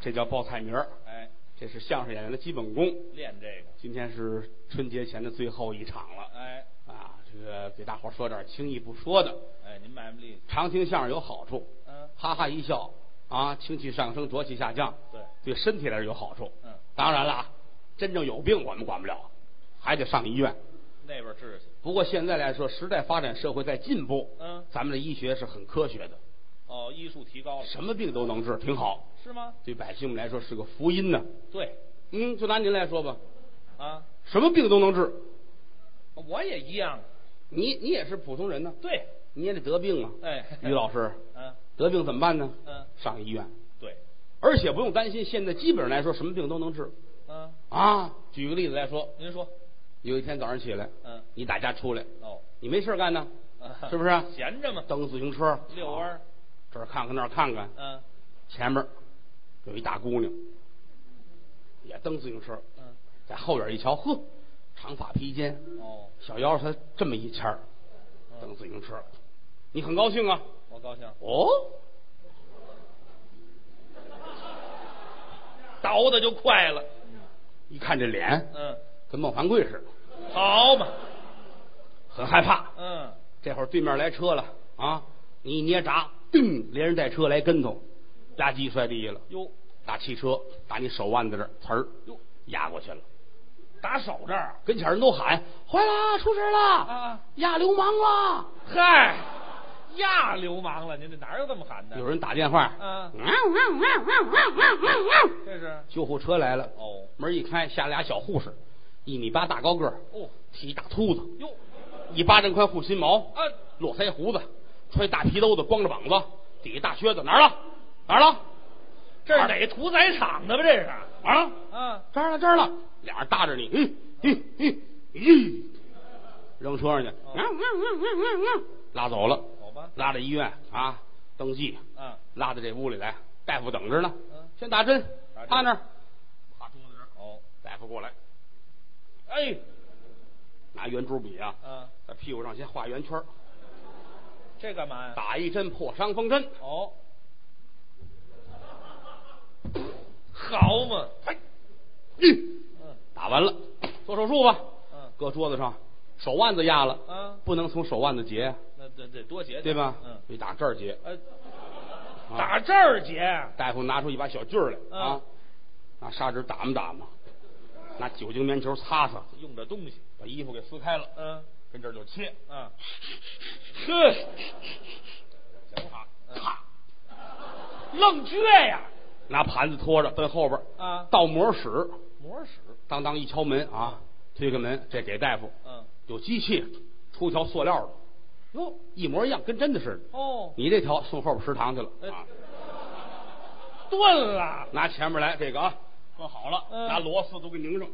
S1: 这叫报菜名儿
S2: 哎，
S1: 这是相声演员的基本功。
S2: 练这个。
S1: 今天是春节前的最后一场了
S2: 哎，
S1: 啊！这个给大伙儿说点儿轻易不说的，
S2: 哎，您卖卖力气。
S1: 常听相声有好处，
S2: 嗯，
S1: 哈哈一笑啊，清气上升，浊气下降，
S2: 对，
S1: 对身体来说有好处。
S2: 嗯，
S1: 当然了啊，真正有病我们管不了，还得上医院。
S2: 那边治去。
S1: 不过现在来说，时代发展，社会在进步，
S2: 嗯
S1: 咱们的医学是很科学的，
S2: 哦，医术提高了。
S1: 什么病都能治，挺好，
S2: 是吗？
S1: 对百姓们来说是个福音呢。
S2: 对，
S1: 嗯，就拿您来说吧，
S2: 啊，
S1: 什么病都能治，
S2: 我也一样。
S1: 你你也是普通人呢，
S2: 对，
S1: 你也得得病啊。
S2: 哎，
S1: 于老 师，
S2: 嗯
S1: 得病怎么办呢？
S2: 嗯，
S1: 上医院，
S2: 对，
S1: 而且不用担心，现在基本上来说什么病都能治
S2: 嗯，
S1: 啊。举个例子来说，
S2: 您说，
S1: 有一天早上起来，
S2: 嗯，
S1: 你打家出来，
S2: 哦，
S1: 你没事干呢，
S2: 啊
S1: 是不是？
S2: 闲着嘛，
S1: 蹬自行车
S2: 遛弯儿
S1: 啊，这儿看看那儿看看，
S2: 嗯
S1: 前面有一大姑娘，也蹬自行车，
S2: 嗯，
S1: 在后边一瞧，呵，长发披肩，
S2: 哦，
S1: 小腰才这么一圈儿，
S2: 嗯
S1: 蹬自行车，你很高兴啊？
S2: 我高兴。
S1: 哦，
S2: 倒的就快了。
S1: 一看这脸，
S2: 嗯，
S1: 跟孟凡贵似的，
S2: 好嘛，
S1: 很害怕。
S2: 嗯，
S1: 这会儿对面来车了啊，你一捏闸，噔，连人带车来跟头，吧唧摔地下了。
S2: 哟
S1: 大汽车打你手腕子这儿，呲儿
S2: 哟，
S1: 压过去了，
S2: 打手这儿啊，
S1: 跟前人都喊：“坏啦，出事啦
S2: 啊！
S1: 压流氓啦
S2: 嗨，呀，流氓了，您这哪有这么喊！”的？
S1: 有人打电话，
S2: 啊，这是
S1: 救护车来了。
S2: 哦
S1: 门一开，下来俩小护士，一米八大高个儿，
S2: 哦
S1: 剃一大秃子，
S2: 哟
S1: 一巴掌宽护心毛，
S2: 啊，
S1: 络腮胡子，穿一大皮兜子，光着膀子，底下大靴子，哪儿了？哪儿了？
S2: 这是哪屠宰场的吧？这是
S1: 哪儿了？
S2: 啊，
S1: 这儿了，这儿了。俩人搭着你，嗯嗯嗯嗯，扔车上去，拉走了，
S2: 好吧，
S1: 拉到医院啊，登记，
S2: 啊，
S1: 拉到这屋里来，大夫等着呢
S2: 嗯，
S1: 先打针
S2: 打，针
S1: 趴那儿，
S2: 哦，
S1: 大夫过来，哎，拿圆珠笔啊，
S2: 啊，
S1: 在屁股上先画圆圈儿，
S2: 这干嘛呀？
S1: 打一针破伤风针，
S2: 哦，好嘛，
S1: 嘿，嗯，
S2: 嗯
S1: 打完了，做手术吧，
S2: 嗯
S1: 搁桌子上，手腕子压了，
S2: 啊，
S1: 不能从手腕子结，啊
S2: 那得得多结结
S1: 对吧？
S2: 嗯，
S1: 得打这儿结。
S2: 呃，
S1: 啊
S2: 打这儿结，
S1: 大夫拿出一把小锯儿来啊
S2: 嗯，
S1: 拿砂纸打磨打磨，拿酒精棉球擦擦，
S2: 用这东西，
S1: 把衣服给撕开了，
S2: 嗯
S1: 跟这儿就切，
S2: 嗯，呵，
S1: 行了啊，
S2: 嗯
S1: 咔，
S2: 愣撅呀，
S1: 拿盘子拖着奔后边儿
S2: 啊
S1: 倒模室，
S2: 磨屎，
S1: 当当一敲门啊，推开门，这给大夫
S2: 嗯，
S1: 有机器，出一条塑料的，
S2: 哟，
S1: 一模一样，跟真的似的。
S2: 哦，
S1: 你这条送后边食堂去了
S2: 哎
S1: 啊，
S2: 钝了，
S1: 拿前面来这个啊，搁好了，
S2: 嗯
S1: 拿螺丝都给拧上，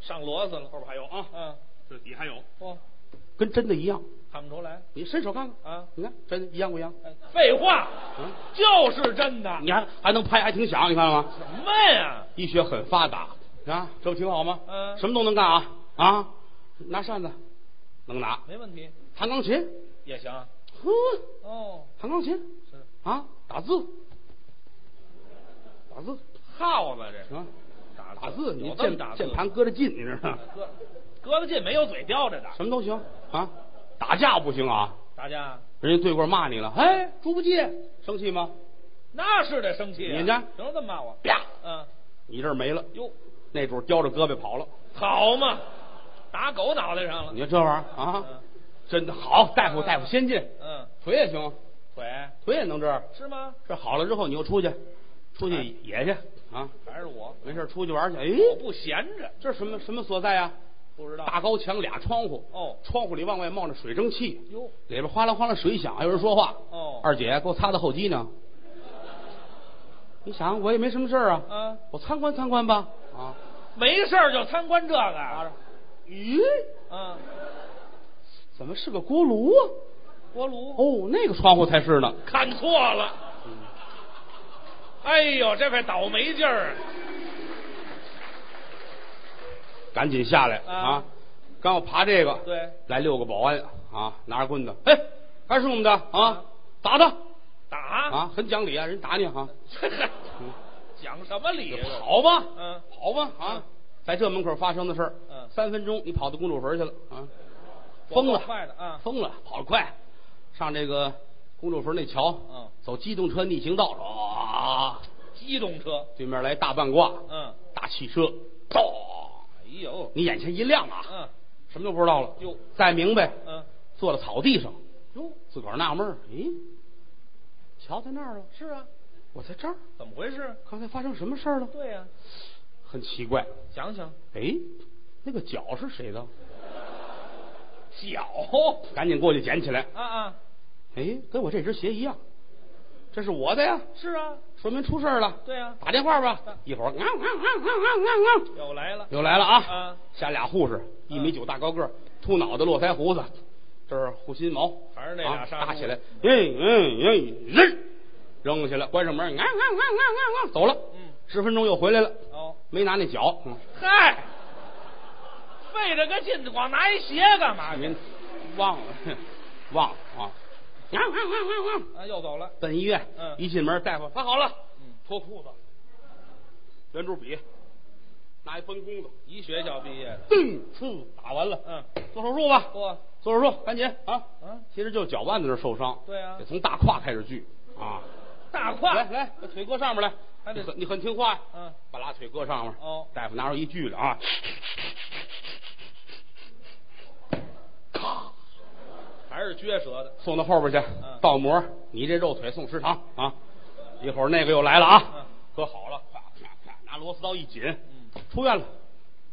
S2: 上螺丝了，
S1: 后边还有啊，
S2: 嗯，
S1: 这底还有，
S2: 哇，
S1: 跟真的一样。
S2: 看不出来
S1: 你伸手看看
S2: 啊
S1: 你看真的一样不一样？
S2: 哎废话，
S1: 嗯，
S2: 就是真的，
S1: 你还还能拍，还挺响，你看了吗？
S2: 什么呀？
S1: 医学很发达啊，这不挺好吗？
S2: 嗯
S1: 什么都能干啊啊！拿扇子能拿，
S2: 没问题，
S1: 弹钢琴，
S2: 也行，
S1: 呵，
S2: 哦，
S1: 弹钢琴
S2: 是
S1: 啊，打字，打字
S2: 耗子这是
S1: 啊，
S2: 打
S1: 打字，你
S2: 有这么
S1: 键
S2: 打字
S1: 键盘搁着近，你知道吗？
S2: 搁搁得进，没有嘴叼着的，
S1: 什么都行啊，打架不行啊，
S2: 大家
S1: 人家对过骂你了，哎，猪八戒，生气吗？
S2: 那是得生气啊，
S1: 你看
S2: 凭什么这么骂我？
S1: 啪，
S2: 嗯，
S1: 你这儿没了，
S2: 哟，
S1: 那主儿叼着胳膊跑了，
S2: 好嘛，打狗脑袋上了，
S1: 你看这玩意儿啊
S2: 嗯，
S1: 真的好，大夫大夫先进，
S2: 嗯，
S1: 腿也行，
S2: 腿
S1: 腿也能这样。
S2: 是吗？
S1: 这好了之后，你又出去，出
S2: 哎
S1: 去野去啊，
S2: 还是我？
S1: 没事出去玩去。
S2: 我
S1: 哎，
S2: 不闲着，
S1: 这是什么什么所在啊？
S2: 不知道
S1: 大高墙俩窗户，
S2: 哦
S1: 窗户里往外冒着水蒸气，
S2: 哟，
S1: 里边哗啦哗啦水响，还有人说话。
S2: 哦
S1: 二姐给我擦擦后脊呢。你想我也没什么事儿啊，
S2: 嗯，
S1: 我参观参观吧。啊，
S2: 没事儿就参观这个，
S1: 咦，
S2: 嗯，
S1: 怎么是个锅炉啊？
S2: 锅炉
S1: 哦，那个窗户才是呢。
S2: 看错了，哎呦，这块倒霉劲儿啊，
S1: 赶紧下来
S2: 啊
S1: 啊！刚要爬这个，
S2: 对，
S1: 来六个保安啊，拿着棍子，哎，还是我们的啊
S2: 啊，
S1: 打他
S2: 打
S1: 啊，很讲理啊，人打你啊，嗯
S2: 讲什么理
S1: 就
S2: 呀？
S1: 跑吧，
S2: 嗯
S1: 跑吧啊
S2: 嗯，
S1: 在这门口发生的事儿，
S2: 嗯
S1: 三分钟你跑到公主坟去了啊，
S2: 跑
S1: 疯了
S2: 够快的啊，
S1: 疯了，跑得快，上这个公主坟那桥，
S2: 嗯
S1: 走机动车逆行道，啊，
S2: 机动车，
S1: 对面来大半挂，
S2: 嗯，
S1: 大汽车，咚，
S2: 哎呦，
S1: 你眼前一亮啊，
S2: 嗯，
S1: 什么都不知道了
S2: 哟，
S1: 再明白，
S2: 嗯，
S1: 坐在草地上，
S2: 哟，
S1: 自个儿纳闷儿，咦，桥在那儿了，
S2: 是啊，
S1: 我在这儿，
S2: 怎么回 事？
S1: 刚才发生什么事儿了？
S2: 对呀、
S1: 很奇怪，
S2: 想想
S1: 哎，那个脚是谁的？
S2: 脚
S1: 赶紧过去捡起来，
S2: 啊啊，
S1: 哎，跟我这只鞋一样，这是我的呀，
S2: 是啊，
S1: 说明出事儿了。
S2: 对呀
S1: 打电话吧
S2: 啊，
S1: 一会儿，啊啊啊啊啊啊
S2: 又来了，
S1: 又来了啊
S2: 啊！
S1: 下俩护士，一
S2: 嗯
S1: 米九大高个儿，秃脑袋，络腮胡子，这是护心毛，
S2: 还是那俩
S1: 啊
S2: 杀猪
S1: 搭起来，嗯嗯嗯，扔扔下去了，关上门，啊啊啊啊啊，走了。
S2: 嗯
S1: 十分钟又回来了，
S2: 哦，
S1: 没拿那脚，嗯，
S2: 嗨，费这个劲，光拿一鞋干嘛去
S1: 您？忘了，忘了啊。啊啊啊啊啊！
S2: 啊，又走了，
S1: 奔医院，
S2: 嗯
S1: 一进门，大夫发好了，
S2: 嗯，
S1: 脱裤子，圆珠笔，拿一崩弓子，
S2: 一学校毕业的，
S1: 噔，刺打完了，
S2: 嗯，
S1: 做手术吧，
S2: 不，
S1: 做手术，赶紧啊！
S2: 嗯，
S1: 其实就是脚腕子那儿受伤，
S2: 对啊
S1: 得从大胯开始锯啊。
S2: 大胯，
S1: 来来，把腿搁上面来，
S2: 还得
S1: 你很你很听话呀，
S2: 嗯，
S1: 把俩腿搁上面，
S2: 哦
S1: 大夫拿出一锯来啊，
S2: 是撅舌的，
S1: 送到后边去
S2: 嗯，
S1: 倒馍，你这肉腿送食堂啊！一会儿那个又来了啊
S2: 嗯，
S1: 搁好了，啪啪啪，拿螺丝刀一紧，
S2: 嗯
S1: 出院了，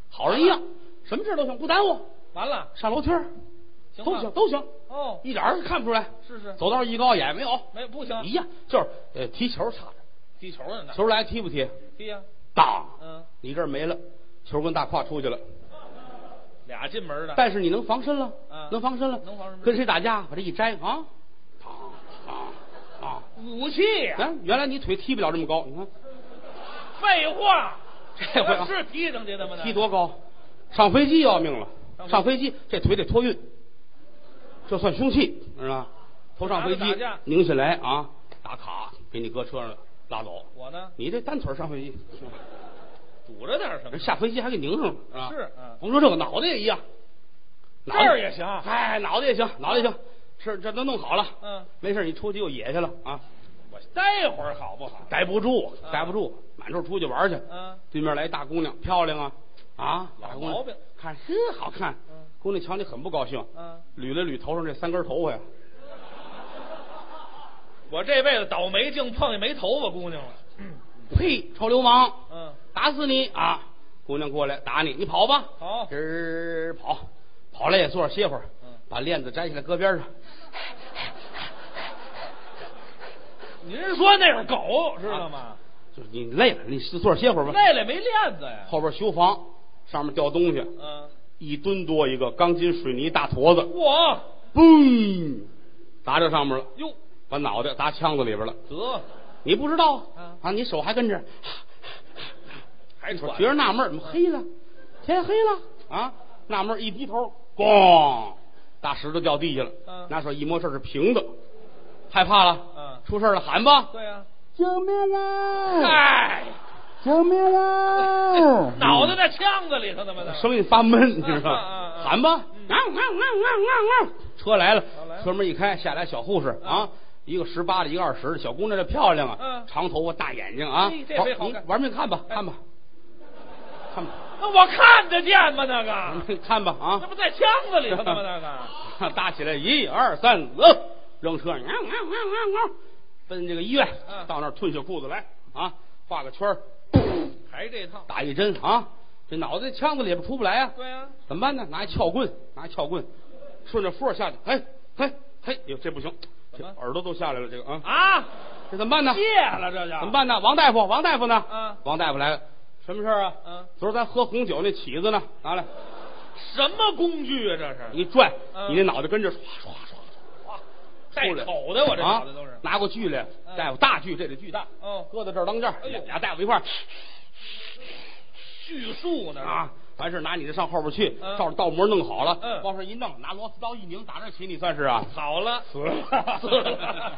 S1: 好人一样，什么事都行，不耽误，
S2: 完了，
S1: 上楼梯儿
S2: 行
S1: 都
S2: 吧嗯
S1: 行都行，
S2: 哦，
S1: 一点儿看不出来。
S2: 是是，
S1: 走道一高眼没有，
S2: 没不行，
S1: 一样，就是呃踢球差点，
S2: 踢球呢，
S1: 球来踢不踢？
S2: 踢呀，
S1: 当，
S2: 嗯，
S1: 你这儿没了，球跟大胯出去了，
S2: 俩进门的，
S1: 但是你能防身了
S2: 嗯，
S1: 能防身了，
S2: 啊能防身
S1: 跟谁打架把这一摘啊，啊啊！
S2: 武器呀，
S1: 哎，原来你腿踢不了这么高，你看
S2: 废话，
S1: 这回啊
S2: 是踢上去的吗？
S1: 踢多高？上飞机要命了，上
S2: 上
S1: 飞机这腿得托运，这算凶器，知道吗？头上飞
S2: 拿着打
S1: 机
S2: 架
S1: 拧下来啊，打卡给你搁车上了拉走。
S2: 我呢，
S1: 你这单腿上飞机，
S2: 堵着点儿什么
S1: 人？下飞机还给拧上了，吧
S2: 是嗯
S1: 甭说这个，脑袋也一样，
S2: 这
S1: 脑袋
S2: 儿也行，啊
S1: 哎，脑袋也行，脑袋也行，是这都弄好了，
S2: 嗯，
S1: 没事，你出去又野去了啊，
S2: 我待会儿好不好？
S1: 逮不住，
S2: 啊
S1: 逮不住，满处出去玩去。
S2: 嗯，
S1: 对面来一大姑娘，漂亮啊啊，
S2: 老
S1: 大姑娘
S2: 毛病
S1: 看呵好看
S2: 嗯，
S1: 姑娘瞧你很不高兴，
S2: 嗯，
S1: 捋了捋头上这三根头发呀，
S2: 我这辈子倒霉净碰见没头发姑娘了。
S1: 呸，臭流氓，
S2: 嗯，
S1: 打死你啊！姑娘过来打你，你跑吧，
S2: 好
S1: 直儿跑，跑累坐着歇会儿
S2: 嗯，
S1: 把链子摘下来搁边上，
S2: 您说那是狗，知道
S1: 啊
S2: 吗？
S1: 就是你累了，你坐着歇会儿吧。
S2: 累了没链子呀？
S1: 后边修房，上面掉东西，
S2: 嗯，
S1: 一吨多一个钢筋水泥大坨子，
S2: 我
S1: 嘣，砸这上面了，
S2: 哟
S1: 把脑袋砸腔子里边了。
S2: 得
S1: 你不知道
S2: 啊
S1: 啊，你手还 跟着，
S2: 还
S1: 你说
S2: 喘啊
S1: 觉着纳闷儿，怎么黑了？天黑了啊？纳闷儿一低头，咣，大石头掉地下了。
S2: 嗯
S1: 拿手一摸，这是平的，害怕了。
S2: 嗯
S1: 出事儿了，喊吧！
S2: 对呀、
S1: 救命啊！
S2: 哎，
S1: 救命啊
S2: 脑袋在腔子里头呢嘛，
S1: 声音发闷，你知道
S2: 啊啊
S1: 吗？
S2: 啊
S1: 喊吧！
S2: 嗯
S1: 汪汪汪汪汪汪！车来了
S2: 啊来，了
S1: 车门一开，下来小护士
S2: 啊
S1: 啊，一个十八的，一个二十的，小姑娘这漂亮啊
S2: 嗯，
S1: 长头发，大眼睛啊
S2: 哎，这回好
S1: 你
S2: 看
S1: 玩命看吧，
S2: 哎
S1: 看吧，看吧，
S2: 那我看得见吗？那
S1: 玩
S2: 个，
S1: 命看吧啊
S2: 那！不在腔子里头呢吗？那个，
S1: 搭起来，一二三四，扔车，喵喵喵喵喵，奔这个医院
S2: 嗯，
S1: 到那儿褪下裤子来啊，画个圈儿
S2: 还这套。
S1: 打一针啊，这脑袋腔子里边出不来啊。
S2: 对呀、
S1: 怎么办呢？拿一撬棍，拿一撬棍，顺着缝儿下去，嘿，嘿，嘿，哟，这不行，
S2: 怎
S1: 这
S2: 么
S1: 耳朵都下来了，这个啊，
S2: 啊，
S1: 这怎么办呢？
S2: 戒了这就
S1: 怎么？办呢？王大夫，王大夫呢？
S2: 嗯
S1: 王大夫来了，什么事儿啊？
S2: 嗯，
S1: 昨儿咱喝红酒那起子呢？拿来，
S2: 什么工具啊？这是
S1: 一拽，
S2: 嗯
S1: 你那脑袋跟着唰唰
S2: 带
S1: 出来，
S2: 口的，我这
S1: 啊
S2: 脑袋都是。
S1: 拿过锯来，
S2: 嗯
S1: 大夫大锯，这得锯大，
S2: 哦，
S1: 搁到这儿当间儿
S2: 哎呦
S1: 俩大夫一块儿
S2: 叙述呢？
S1: 啊，完事儿拿你这上后边去，
S2: 嗯
S1: 照着道模弄好了，
S2: 嗯
S1: 往上一弄，拿螺丝刀一拧，打这起，你算是啊。
S2: 好了，
S1: 死了
S2: 死了，